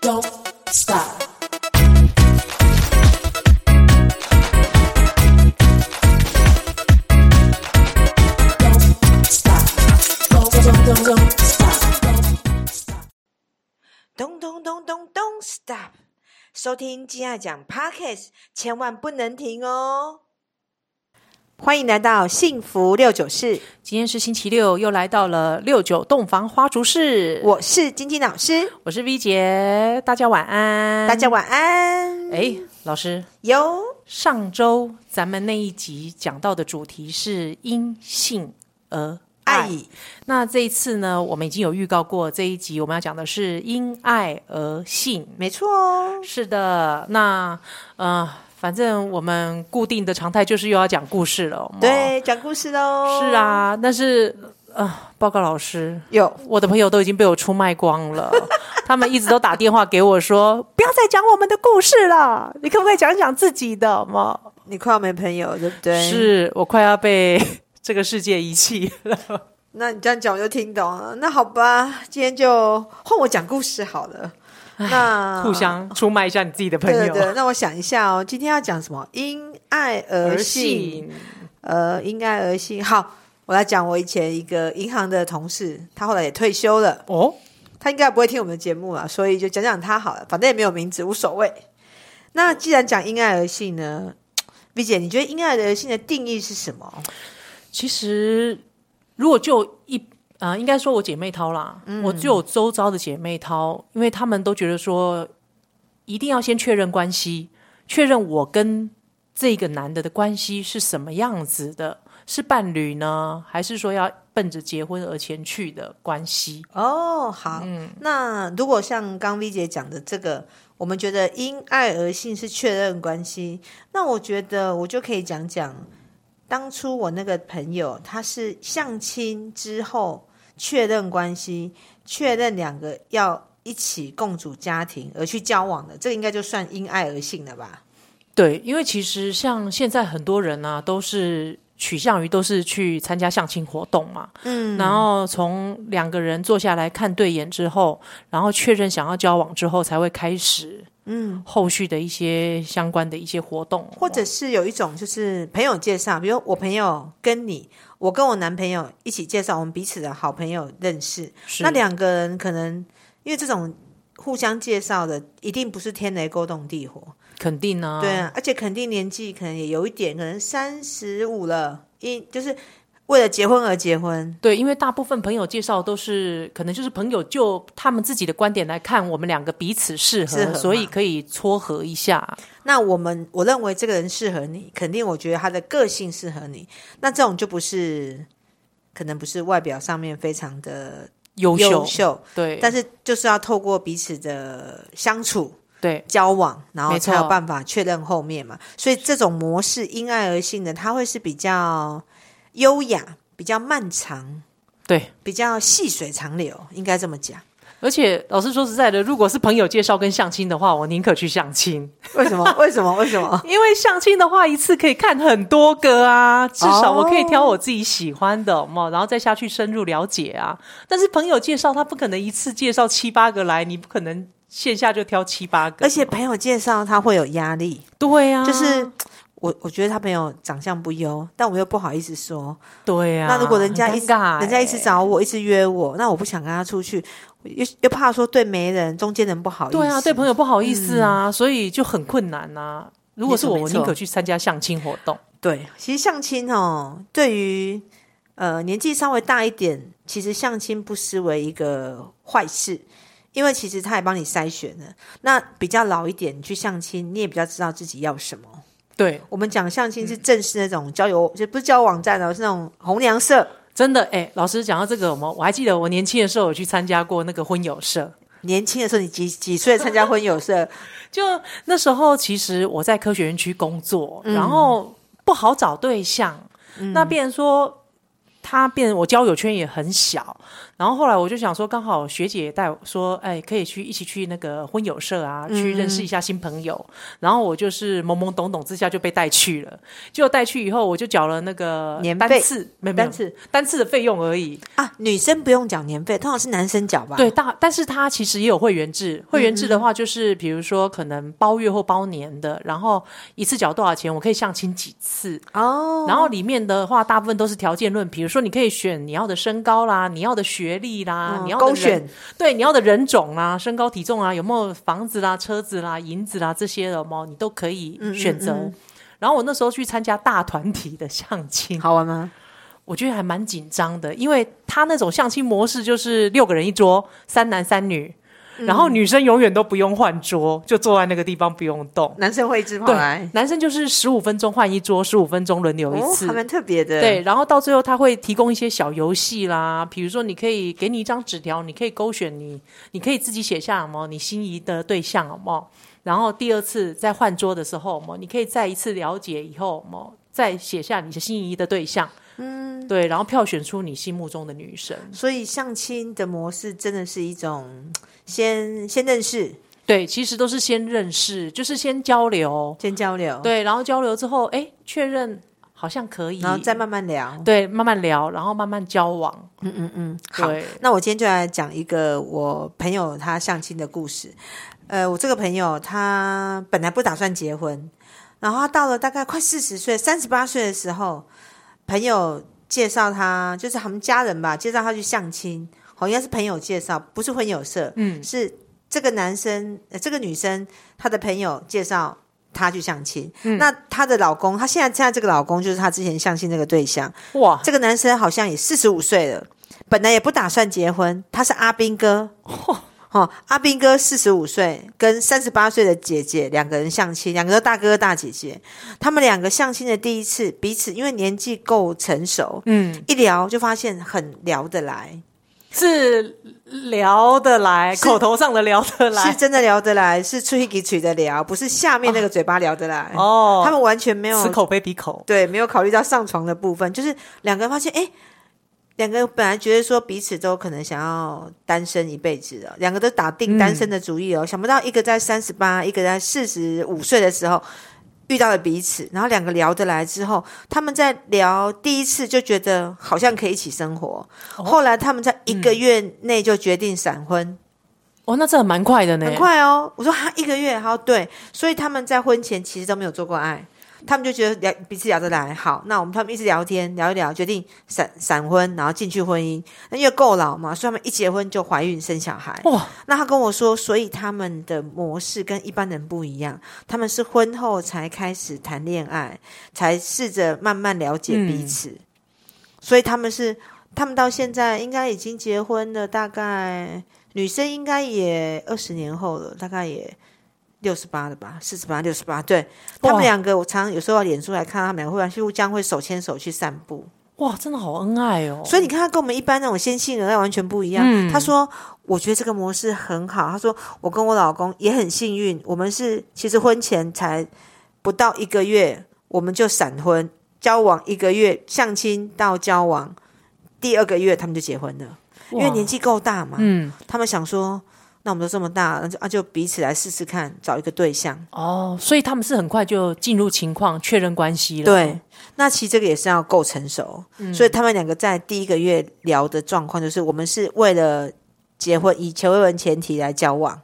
don't stop. Don't stop. Don't, don't, don't, don't stop. Don't stop. 咚咚咚咚咚，Stop！收听金爱讲 Podcast，千万不能停哦！欢迎来到幸福六九四，今天是星期六，又来到了六九洞房花烛式。我是晶晶老师，我是 V 姐，大家晚安。大家晚安。哎，老师，哟，上周咱们那一集讲到的主题是因性而爱。爱那这一次呢，我们已经有预告过，这一集我们要讲的是因爱而性。没错哦，是的，那呃，反正我们固定的常态就是又要讲故事了。哦对，讲故事喽。是，啊，但是呃，报告老师，有我的朋友都已经被我出卖光了， 他们一直都打电话给我说，不要再讲我们的故事了，你可不可以讲讲自己的嘛？你快要没朋友了对不对？，是我快要被 这个世界遗弃了。那你这样讲我就听懂了。那好吧，今天就换我讲故事好了。那互相出卖一下你自己的朋对友，对，那我想一下哦，今天要讲什么？因爱而儿性。戏呃，因爱而性。好，我来讲我以前一个银行的同事，他后来也退休了，哦，他应该不会听我们的节目啊，所以就讲讲他好了，反正也没有名字，无所谓。那既然讲因爱而性呢，V 姐，你觉得因爱而性的定义是什么？其实如果就一啊、应该说我姐妹淘啦，我就有周遭的姐妹淘，因为他们都觉得说一定要先确认关系，确认我跟这个男的的关系是什么样子的，是伴侣呢，还是说要奔着结婚而前去的关系？哦，好，那如果像刚 V 姐讲的这个，我们觉得因爱而性是确认关系，那我觉得我就可以讲讲当初我那个朋友，他是相亲之后确认关系，确认两个要一起共组家庭而去交往的，这个应该就算因爱而性了吧？对，因为其实像现在很多人啊，都是取向于都是去参加相亲活动嘛，嗯，然后从两个人坐下来看对眼之后，然后确认想要交往之后，才会开始嗯后续的一些相关的一些活动，哦或者是有一种就是朋友介绍，比如我朋友跟你，我跟我男朋友一起介绍我们彼此的好朋友认识，是那两个人可能因为这种互相介绍的，一定不是天雷勾动地火，肯定啊，对啊，而且肯定年纪可能也有一点，可能三十五了，一就是为了结婚而结婚，对，因为大部分朋友介绍都是可能就是朋友就他们自己的观点来看，我们两个彼此适合，适合所以嘛可以撮合一下，那我们我认为这个人适合你，肯定我觉得他的个性适合你，那这种就不是。可能不是外表上面非常的优秀，优秀，对，但是就是要透过彼此的相处，对交往，然后没错才有办法确认后面嘛。所以这种模式因爱而性的，它会是比较优雅、比较漫长、对。比较细水长流，应该这么讲。而且老师说实在的，如果是朋友介绍跟相亲的话，我宁可去相亲，为 什么？为什么？为什么？ 因为相亲的话一次可以看很多个啊，至少哦我可以挑我自己喜欢的嘛，然后再下去深入了解啊。但是朋友介绍他不可能一次介绍七八个来，你不可能线下就挑七八个，而且朋友介绍他会有压力，哎对啊，就是。我我觉得他朋友长相不优，但我又不好意思说。对啊。那如果人家一很直尴尬欸人家一直找我，一直约我，那我不想跟他出去，又又怕说对媒人、中间人不好意思。对啊，对朋友不好意思啊，所以就很困难啊。如果是我，没错我没错宁可去参加相亲活动。对，其实相亲哦，对于呃年纪稍微大一点，其实相亲不失为一个坏事，因为其实他也帮你筛选了。那比较老一点，你去相亲，你也比较知道自己要什么。对，我们讲相亲是正式那种交友，就不是交友网站哦，是那种红娘社。真的哎、老师讲到这个，我们我还记得我年轻的时候有去参加过那个婚友社，年轻的时候，你几几岁参加婚 友社？就那时候，其实我在科学嗯园区工作，然后不好找对象，那变成说。他变我交友圈也很小，然后后来我就想说，刚好学姐也带我说，哎，可以去一起去那个婚友社啊，嗯去认识一下新朋友。然后我就是懵懵懂懂之下就被带去了，结果带去以后我就缴了那个年单费次，没没有单次单次的费用而已。啊，女生不用缴年费，通常是男生缴吧？对，大但是它其实也有会员制，会员制嗯的话就是比如说可能包月或包年的，然后一次缴多少钱，我可以相亲几次，哦，然后里面的话大部分都是条件论，比如说你可以选你要的身高啦，你要的学历啦，嗯你要的勾人选对你要的人种啦、身高体重啊、有没有房子啦、车子啦、银子啦这些的哦吗？你都可以嗯选择。然后我那时候去参加大团体的相亲，好玩吗？我觉得还蛮紧张的，因为他那种相亲模式就是六个人一桌，三男三女，嗯然后女生永远都不用换桌，就坐在那个地方不用动。男生会一直跑对来，，男生就是十五分钟换一桌，十五分钟轮流一哦，次。还蛮特别的。对，，然后到最后他会提供一些小游戏啦，比如说你可以给你一张纸条，你可以勾选你，你可以自己写下有没有你心仪的对象有没有，然后第二次再换桌的时候有没有，你可以再一次了解以后有没有，再写下你的心仪的对象，嗯，对，然后票选出你心目中的女神，所以相亲的模式真的是一种先先认识，对，其实都是先认识，就是先交流，先交流，，对，然后交流之后，哎，确认好像可以，然后再慢慢聊。对慢慢聊，然后慢慢交往，嗯嗯嗯，对，那我今天就来讲一个我朋友他相亲的故事。呃，我这个朋友他本来不打算结婚，然后他到了大概快四十岁，三十八岁的时候，朋友介绍他，就是他们家人吧，介绍他去相亲。好，应该是朋友介绍，不是婚友社，嗯，是这个男生、呃这个女生她的朋友介绍她去相亲。那她的老公，她现在现在这个老公就是她之前相亲那个对象。哇，这个男生好像也四十五岁了，本来也不打算结婚，他是阿兵哥。哦，阿兵哥四十五岁，跟三十八岁的姐姐两个人相亲，两个都大哥哥大姐姐。他们两个相亲的第一次，彼此因为年纪够成熟，嗯。一聊就发现很聊得来，是聊得来，是口头上的聊得来，是真的聊得来，是出一给嘴的聊，不是下面那个嘴巴聊得来。哦他们完全没有此口非彼口，对，没有考虑到上床的部分，就是两个人发现，哎，两个人本来觉得说彼此都可能想要单身一辈子哦，两个都打定单身的主意哦，想不到一个在三十八，一个在四十五岁的时候。遇到了彼此，然后两个聊得来之后，他们在聊第一次就觉得好像可以一起生活，后来他们在一个月内就决定闪婚，哦，那这蛮快的呢，很快哦。我说哈，一个月，好对，所以他们在婚前其实都没有做过爱，他们就觉得聊彼此聊得来，好，那我们他们一直聊天聊一聊，决定闪闪婚，然后进去婚姻。那因为够老嘛，所以他们一结婚就怀孕生小孩。哇，那他跟我说，所以他们的模式跟一般人不一样，他们是婚后才开始谈恋爱，才试着慢慢了解彼此，所以他们是。他们到现在应该已经结婚了，大概女生应该也二十年后了，大概也六十八了吧，四十八、六十八。对哇他们两个，我常常有时候脸书来看他们两个，忽然就将会手牵手去散步。哇，真的好恩爱哦，嗯所以你看，他跟我们一般那种先性人爱完全不一样。他说：“我觉得这个模式很好。”他说：“我跟我老公也很幸运，我们是其实婚前才不到一个月，我们就闪婚，交往一个月，相亲到交往第二个月，他们就结婚了，因为哇年纪够大嘛。嗯，他们想说，那我们都这么大了，那就啊就彼此来试试看，找一个对象。哦，所以他们是很快就进入情况，确认关系了，对，那其实这个也是要够成熟，嗯所以他们两个在第一个月聊的状况就是，我们是为了结婚以求婚前提来交往。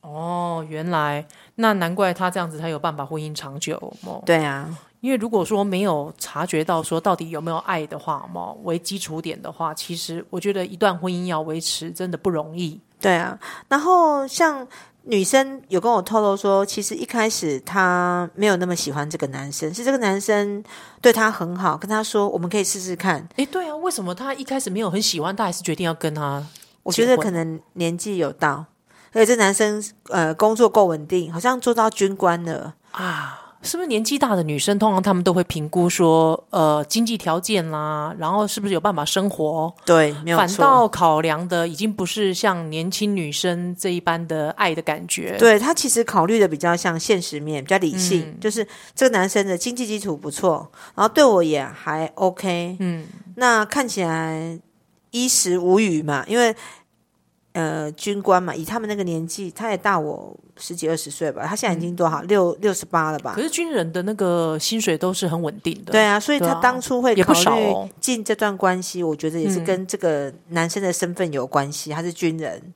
哦，原来那难怪他这样子才有办法婚姻长久哦，对啊，因为如果说没有察觉到说到底有没有爱的话嘛，为基础点的话，其实我觉得一段婚姻要维持真的不容易，对啊。然后像女生有跟我透露说，其实一开始她没有那么喜欢这个男生，是这个男生对她很好，跟她说我们可以试试看。哎，对啊，为什么他一开始没有很喜欢，他还是决定要跟他？我觉得可能年纪有到，而且这男生呃工作够稳定，好像做到军官了。啊，是不是年纪大的女生，通常她们都会评估说，呃，经济条件啦，然后是不是有办法生活？对，没有反错。倒考量的已经不是像年轻女生这一般的爱的感觉。对他其实考虑的比较像现实面，比较理性，嗯就是这个男生的经济基础不错，然后对我也还 OK，嗯，那看起来衣食无虞嘛，因为呃军官嘛，以他们那个年纪，他也大我十几二十岁吧，他现在已经多少六六十八了嗯吧可？是军人的那个薪水都是很稳定的。啊对啊，所以对他啊当初会也考不少哦虑进这段关系，我觉得也是嗯跟这个男生的身份有关系，他是军人，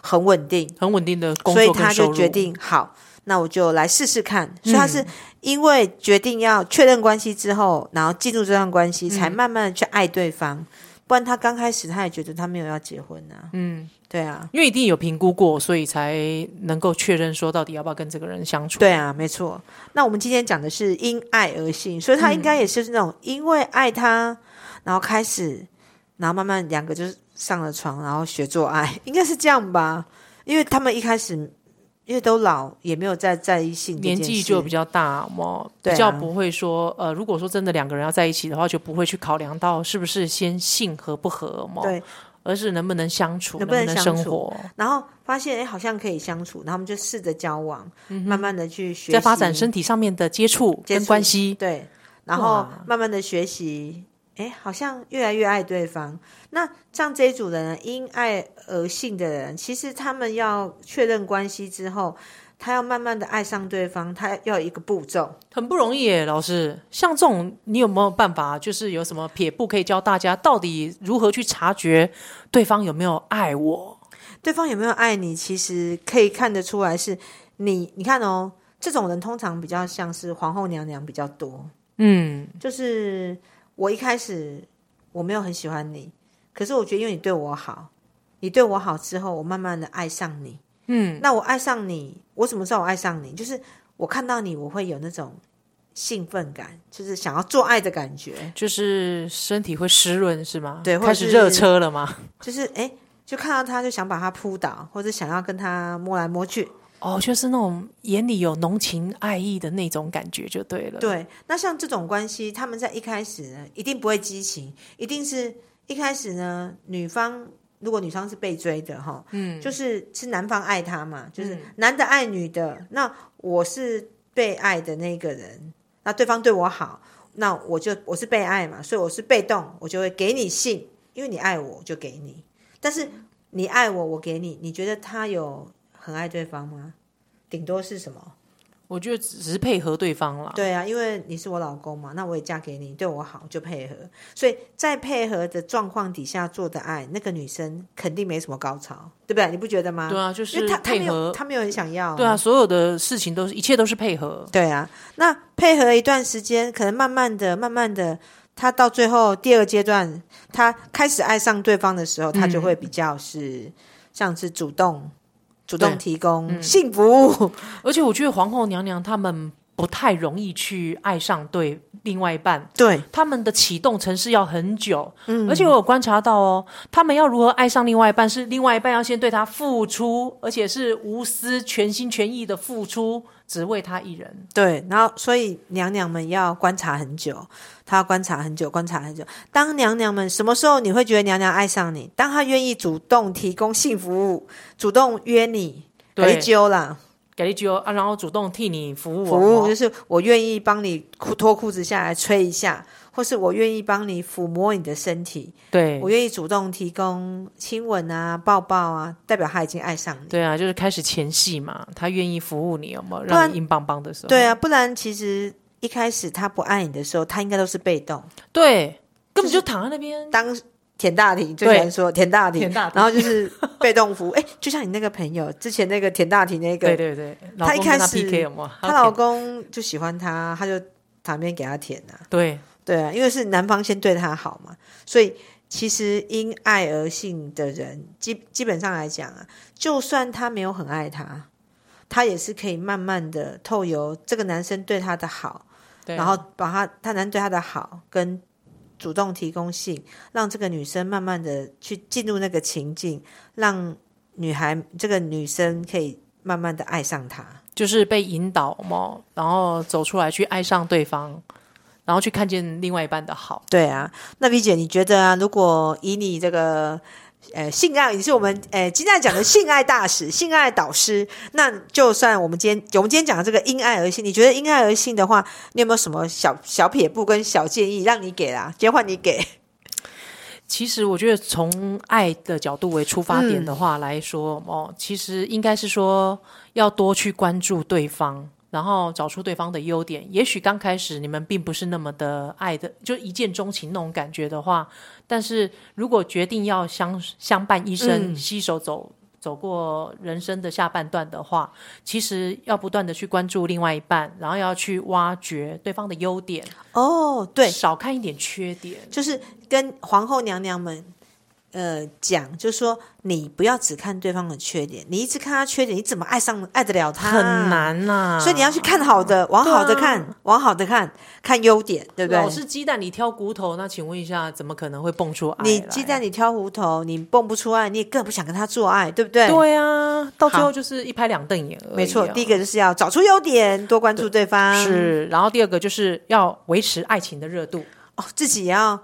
很稳定。很稳定的工所以作跟他收就入。嗯决定好，那我就来试试看。所以他是因为决定要确认关系之后，然后进入这段关系，才嗯慢慢的去爱对方。不然他刚开始他也觉得他没有要结婚啊。嗯，对啊，因为一定有评估过，所以才能够确认说到底要不要跟这个人相处。对啊，没错。那我们今天讲的是因爱而性，所以他应该也是那种因为爱他，然后开始，然后慢慢两个就是上了床，然后学做爱， 应该是这样吧？因为他们一开始因为都老，也没有再在意性这年件纪事就比较大嘛，对啊比较不会说，呃，如果说真的两个人要在一起的话，就不会去考量到是不是先性合不合嘛，对，而是能不能相处，能能不能相生处活，然后发现哎，好像可以相处，然后我们就试着交往，慢慢的去嗯学习，在发展身体上面的接触接跟触关系，对，然后哇慢慢的学习，哎，好像越来越爱对方。那像这一组人，因爱而性的人，其实他们要确认关系之后，他要慢慢的爱上对方，他要有一个步骤。很不容易耶。老师，像这种你有没有办法，就是有什么撇步可以教大家，到底如何去察觉对方有没有爱我？对方有没有爱你，其实可以看得出来是你。你看哦，这种人通常比较像是皇后娘娘比较多，嗯，就是我一开始我没有很喜欢你，可是我觉得因为你对我好，你对我好之后，我慢慢的爱上你。嗯，那我爱上你，我什么时候爱上你？就是我看到你，我会有那种兴奋感，就是想要做爱的感觉，就是身体会湿润是吗？对或者开始是热车了吗？就是哎。诶就看到他就想把他扑倒，或者想要跟他摸来摸去。哦，就是那种眼里有浓情爱意的那种感觉就对了。，对，那像这种关系，他们在一开始呢，一定不会激情，一定是一开始呢，女方如果女方是被追的哈，嗯，就是是男方爱她嘛，就是男的爱女的，那我是被爱的那个人，那对方对我好，那我就我是被爱嘛，所以我是被动，我就会给你性，因为你爱我，我就给你，但是你爱我，我给你，你觉得他有很爱对方吗？顶多是什么？我觉得只是配合对方啦。对啊，因为你是我老公嘛，那我也嫁给你，对我好就配合。所以在配合的状况底下做的爱，那个女生肯定没什么高潮，对不对？你不觉得吗？对啊，就因是为她她没配有哦合。她没有很想要、对啊，，所有的事情都是一切都是配合。对啊。那配合一段时间，可能慢慢的、慢慢的，她到最后第二阶段，她开始爱上对方的时候，她就会比较是、像是主动。主动对嗯提供性服务，而且我觉得皇后娘娘她们不太容易去爱上对另外一半，对，他们的启动程式要很久。嗯，而且我有观察到哦，他们要如何爱上另外一半，是另外一半要先对他付出，而且是无私、全心全意的付出，只为他一人。对，然后所以娘娘们要观察很久，她要观察很久，观察很久。当娘娘们什么时候你会觉得娘娘爱上你？当她愿意主动提供性服务，主动约你对陪酒啦，给力就啊，然后主动替你服务哦、服务就是我愿意帮你裤脱裤子下来吹一下，或是我愿意帮你抚摸你的身体，对我，愿意主动提供亲吻啊、抱抱啊，代表她已经爱上你。对啊，就是开始前戏嘛，他愿意服务你，有没有然让你硬邦邦的时候？对啊，不然其实一开始她不爱你的时候，她应该都是被动。对，根本就躺在那边。当舔大体最对喜欢说舔大体，舔大体然后就是被动服务。哎、就像你那个朋友之前那个舔大体那个，对对对，老她一公跟开她始 PK 有没有？她老公就喜欢她，她就旁边给她舔啊。对，对啊，因为是男方先对她好嘛，所以其实因爱而性的人，基基本上来讲啊，就算她没有很爱他，她也是可以慢慢的透由这个男生对她的好，对啊然后把他他男对他的好跟主动提供性，让这个女生慢慢的去进入那个情境，让女孩这个女生可以慢慢的爱上他。就是被引导嘛，然后走出来去爱上对方，然后去看见另外一半的好。对啊，那 V 姐，你觉得啊，如果以你这个呃性爱，你是我们呃今天讲的性爱大使、性爱导师，那就算我们今天我们今天讲的这个因爱而性，你觉得因爱而性的话，你有没有什么小小撇步跟小建议让你给啦？今天换你给，其实我觉得从爱的角度为出发点的话来说，嗯哦，其实应该是说要多去关注对方，然后找出对方的优点。也许刚开始你们并不是那么的爱的，就一见钟情那种感觉的话，但是如果决定要相相伴一生，嗯携手走。走过人生的下半段的话，其实要不断的去关注另外一半，然后要去挖掘对方的优点，哦，对，少看一点缺点。就是跟皇后娘娘们呃讲，就说你不要只看对方的缺点，你一直看他缺点，你怎么爱上爱得了他？很、难啊呐、所以你要去看好的，往好的看，往好的看，看优点，对不对老？是鸡蛋里挑骨头，那请问一下，怎么可能会蹦出爱来？你鸡蛋里挑骨头，你蹦不出爱，你也更不想跟他做爱，对不对？对啊，到最好后就是一拍两瞪眼而已啊、没错。第一个就是要找出优点，多关注对方，是，然后第二个就是要维持爱情的热度。哦，自己也要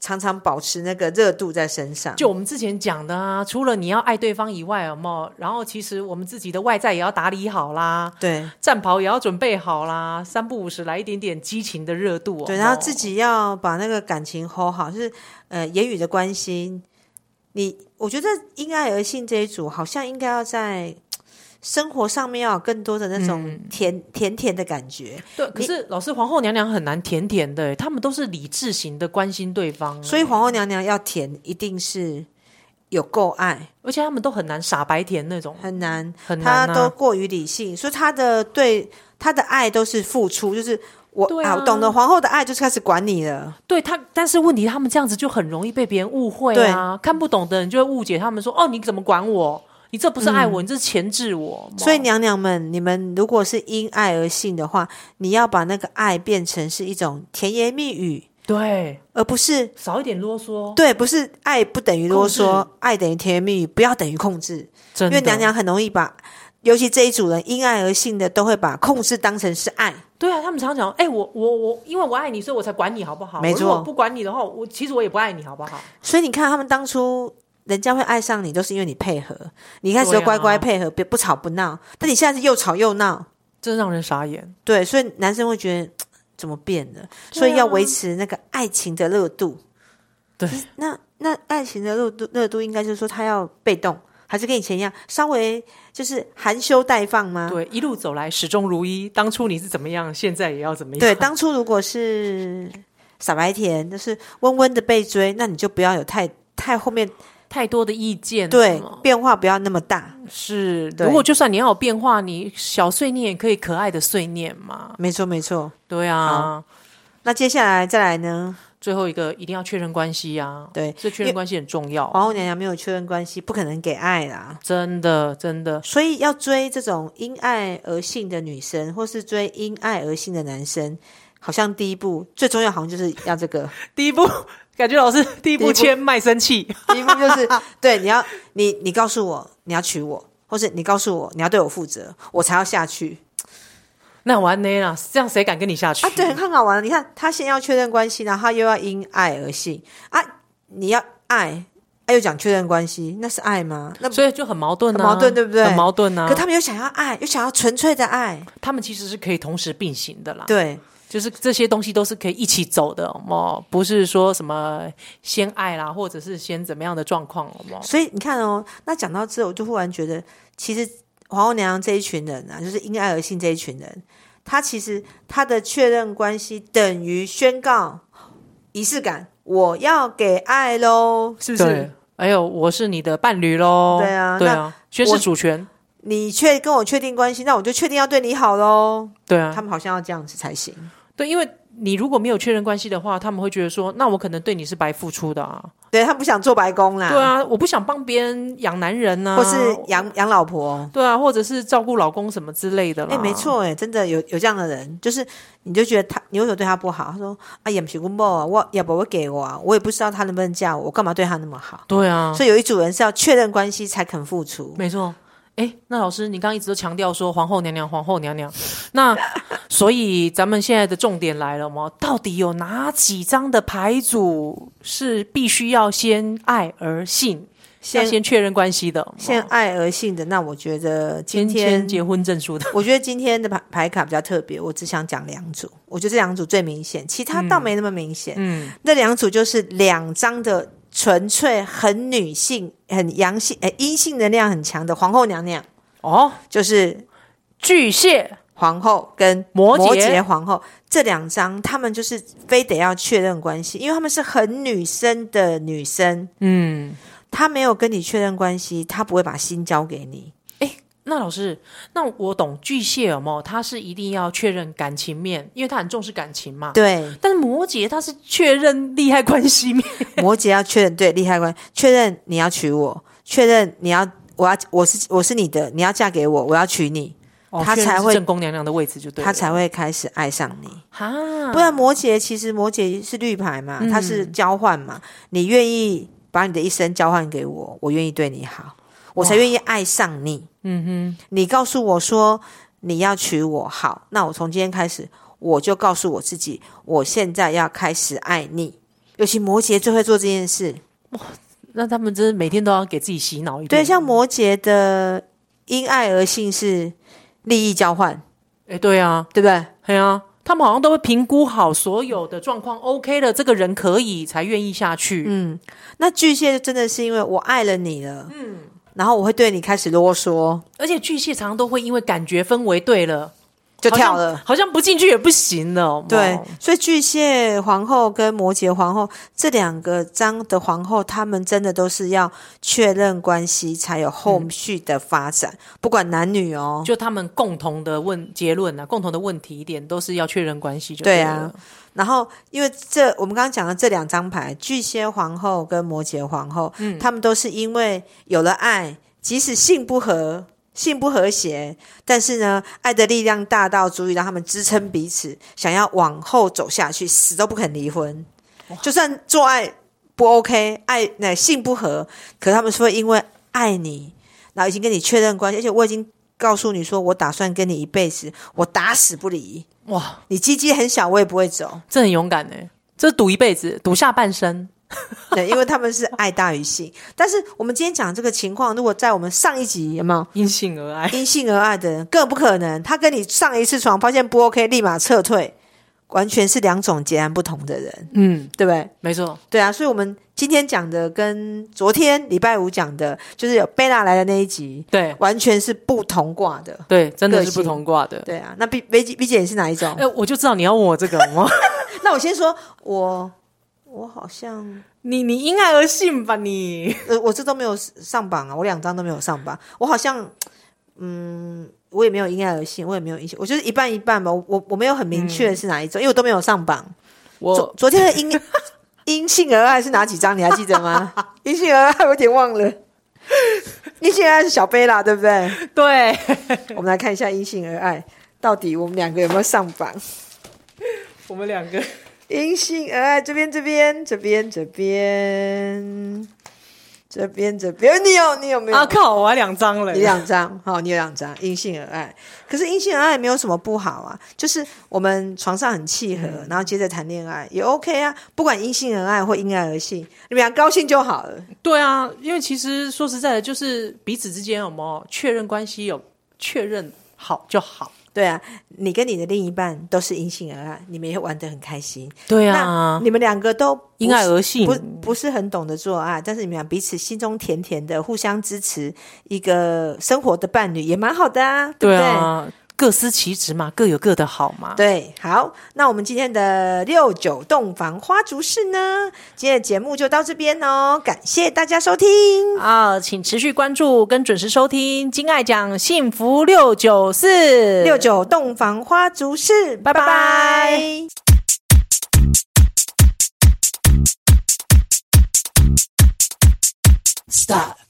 常常保持那个热度在身上。就我们之前讲的啊，除了你要爱对方以外，啊有没有？然后其实我们自己的外在也要打理好啦，对战袍也要准备好啦，三不五时来一点点激情的热度、哦。对，然后自己要把那个感情 hold 好，就是呃言语的关心。你我觉得因爱而性这一组好像应该要在生活上面要有更多的那种嗯甜、甜甜的感觉，对，可是老师皇后娘娘很难甜甜的，欸他们都是理智型的关心对方，欸所以皇后娘娘要甜一定是有够爱，而且他们都很难傻白甜那种，很难，很她难、啊。都过于理性，所以她的对她的爱都是付出，就是我对啊我懂得皇后的爱就是开始管你了，对他，但是问题他们这样子就很容易被别人误会啊，看不懂的人就会误解他们说：“哦，你怎么管我？你这不是爱我，你这是钳制我。”嗯所以娘娘们，你们如果是因爱而性的话，你要把那个爱变成是一种甜言蜜语，对而不是少一点啰嗦，对，不是爱不等于啰嗦控制，爱等于甜言蜜语，不要等于控制，真的因为娘娘很容易把。尤其这一组人因爱而性的，都会把控制当成是爱，对啊，他们常常讲：“哎、我我我，因为我爱你，所以我才管你好不好？没我错如果不管你的话，我其实我也不爱你好不好？所以你看他们当初人家会爱上你，都是因为你配合，你一开始就对啊乖乖配合，别、不吵不闹，但你现在是又吵又闹，真让人傻眼。对，所以男生会觉得怎么变了，所以要啊维持那个爱情的热度。对就是那那爱情的热度热度应该就是说他要被动，还是跟以前一样稍微就是含羞待放吗？对，一路走来始终如一。当初你是怎么样，现在也要怎么样。对，当初如果是傻白甜，就是温温的被追，那你就不要有太太后面太多的意见，对哦变化不要那么大，嗯是。对如果就算你要有变化，你小碎念也可以可爱的碎念嘛。没错没错。对啊，那接下来再来呢？最后一个一定要确认关系啊，对这确认关系很重要，皇后娘娘没有确认关系，不可能给爱啦。真的真的所以要追这种因爱而性的女生，或是追因爱而性的男生，好像第一步最重要，好像就是要这个。第 一步。感觉老师第一第一步步签卖身契，第一步就是对你要你你告诉我你要娶我，或是你告诉我你要对我负责，我才要下去那完呢啦，这样谁敢跟你下去啊！对，很好玩。你看他先要确认关系，然后他又要因爱而性啊！你要爱，他又讲确认关系，那是爱吗？那不所以就很矛盾啊，很矛盾对不对很矛盾啊。可他们又想要爱，又想要纯粹的爱，他们其实是可以同时并行的啦，对。就是这些东西都是可以一起走的哦，不是说什么先爱啦，或者是先怎么样的状况哦。所以你看哦，那讲到这，我就忽然觉得，其实皇后娘娘这一群人啊，就是因爱而性这一群人，他其实他的确认关系等于宣告仪式感，我要给爱喽，是不对是？，哎呦，我是你的伴侣喽，对啊对啊，宣我誓主权，你确跟我确定关系，那我就确定要对你好喽。对啊，他们好像要这样子才行。对，因为你如果没有确认关系的话，他们会觉得说，那我可能对你是白付出的啊。对他不想做白工啦，对，啊，我不想帮别人养男人啊，或是养养老婆。对啊，或者是照顾老公什么之类的啦。哎、没，错，哎，真的有有这样的人，就是你就觉得他，你为什么对他不好？他说啊，也不是公报啊，我也不会给我啊，我也不知道他能不能嫁我，我干嘛对他那么好？对啊，所以有一组人是要确认关系才肯付出，没错。哎、哎，那老师，你刚刚一直都强调说皇后娘娘，皇后娘娘， 那所以咱们现在的重点来了吗？到底有哪几张的牌组是必须要先爱而信，先要先哦确认关系的吗？现爱而信的，那我觉得今先签天结婚证书的，我觉得今天的牌牌卡比较特别，我只想讲两组，我觉得这两组最明显，其他倒没那么明显。嗯，那两组就是两张的纯粹很女性、很阳性、呃阴性能量很强的皇后娘娘，哦，就是巨蟹，皇后跟摩羯羯皇后这两张，他们就是非得要确认关系，因为他们是很女生的女生，嗯，她没有跟你确认关系，她不会把心交给你。那老师，那我懂巨蟹有没有？他是一定要确认感情面，因为他很重视感情嘛。对，但是摩羯他是确认利害关系面，摩羯要确认对利害关，确认你要娶我，确认你要我要我是我是你的，你要嫁给我，我要娶你，哦他确认才是会正宫娘娘的位置就对了，她才会开始爱上你。哈，不然摩羯其实摩羯是绿牌嘛，嗯它是交换嘛，你愿意把你的一生交换给我，我愿意对你好，我才愿意爱上你。嗯哼，你告诉我说你要娶我，好，那我从今天开始，我就告诉我自己，我现在要开始爱你。尤其摩羯最会做这件事，那他们真是每天都要给自己洗脑一遍。对，像摩羯的因爱而性是利益交换，哎，对啊，对不对？对啊，他们好像都会评估好所有的状况，OK 了，这个人可以才愿意下去。嗯，那巨蟹真的是因为我爱了你了，嗯，然后我会对你开始啰嗦，而且巨蟹常常都会因为感觉氛围对了，就好像跳了。好像不进去也不行了。哦有没有对，所以巨蟹皇后跟摩羯皇后这两个章的皇后，她们真的都是要确认关系才有后嗯续的发展，不管男女哦。就他们共同的问结论啊，共同的问题点都是要确认关系就对了啊，然后，因为这我们刚刚讲的这两张牌，巨蟹皇后跟摩羯皇后，嗯，他们都是因为有了爱，即使性不和、性不和谐，但是呢，爱的力量大到足以让他们支撑彼此，想要往后走下去，死都不肯离婚。就算做爱不 OK，爱那性不和，可他们是会因为爱你，然后已经跟你确认关系，而且我已经告诉你说，我打算跟你一辈子，我打死不离。哇，你鸡鸡很小，我也不会走。这很勇敢呢、这赌一辈子，赌下半生。对，因为他们是爱大于性。但是我们今天讲这个情况，如果在我们上一集有没有因性而爱，因性而爱的人，更不可能。他跟你上一次床发现不 OK，立马撤退，完全是两种截然不同的人，嗯，对不对？没错，对啊，所以我们今天讲的跟昨天礼拜五讲的，就是有贝拉来的那一集，对完全是不同卦的。对，真的个是性不同卦的。对啊，那 B B 姐 B 姐你是哪一种？哎，我就知道你要问我 这个吗？ 那我先说，我我好像你你因爱而信吧你。呃，我这都没有上榜啊，我两张都没有上榜。我好像，嗯，我也没有因爱而信，我也没有因信，我就是一半一半吧。我我我没有很明确是哪一种，因为我都没有上榜。昨我昨天的因 因性而爱是哪几张？你还记得吗？因性而爱我有点忘了。因性而爱是小贝啦，对不对？ 对，我们来看一下因性而爱到底我们两个有没有上榜。我们两个因性而爱，这边这边这边这边这边这边，你有你有没有？啊靠，我还两张了你。两张，好，你有两张，因性而爱。可是因性而爱没有什么不好啊，就是我们床上很契合，嗯然后接着谈恋爱也 OK 啊。不管因性而爱或因爱而性，你们俩高兴就好了。对啊，因为其实说实在的，就是彼此之间有没有确认关系，有确认好就好。对啊，你跟你的另一半都是因性而爱，你们也玩得很开心。对啊那，你们两个都不是因爱而信不不是很懂得做爱，但是你们俩彼此心中甜甜的，互相支持，一个生活的伴侣也蛮好的啊，对不对对？啊，各司其职嘛，各有各的好嘛。对，好，那我们今天的六九洞房花烛式呢，今天的节目就到这边哦，感谢大家收听，啊，请持续关注跟准时收听《金爱讲幸福六九四》六九洞房花烛式，拜拜拜拜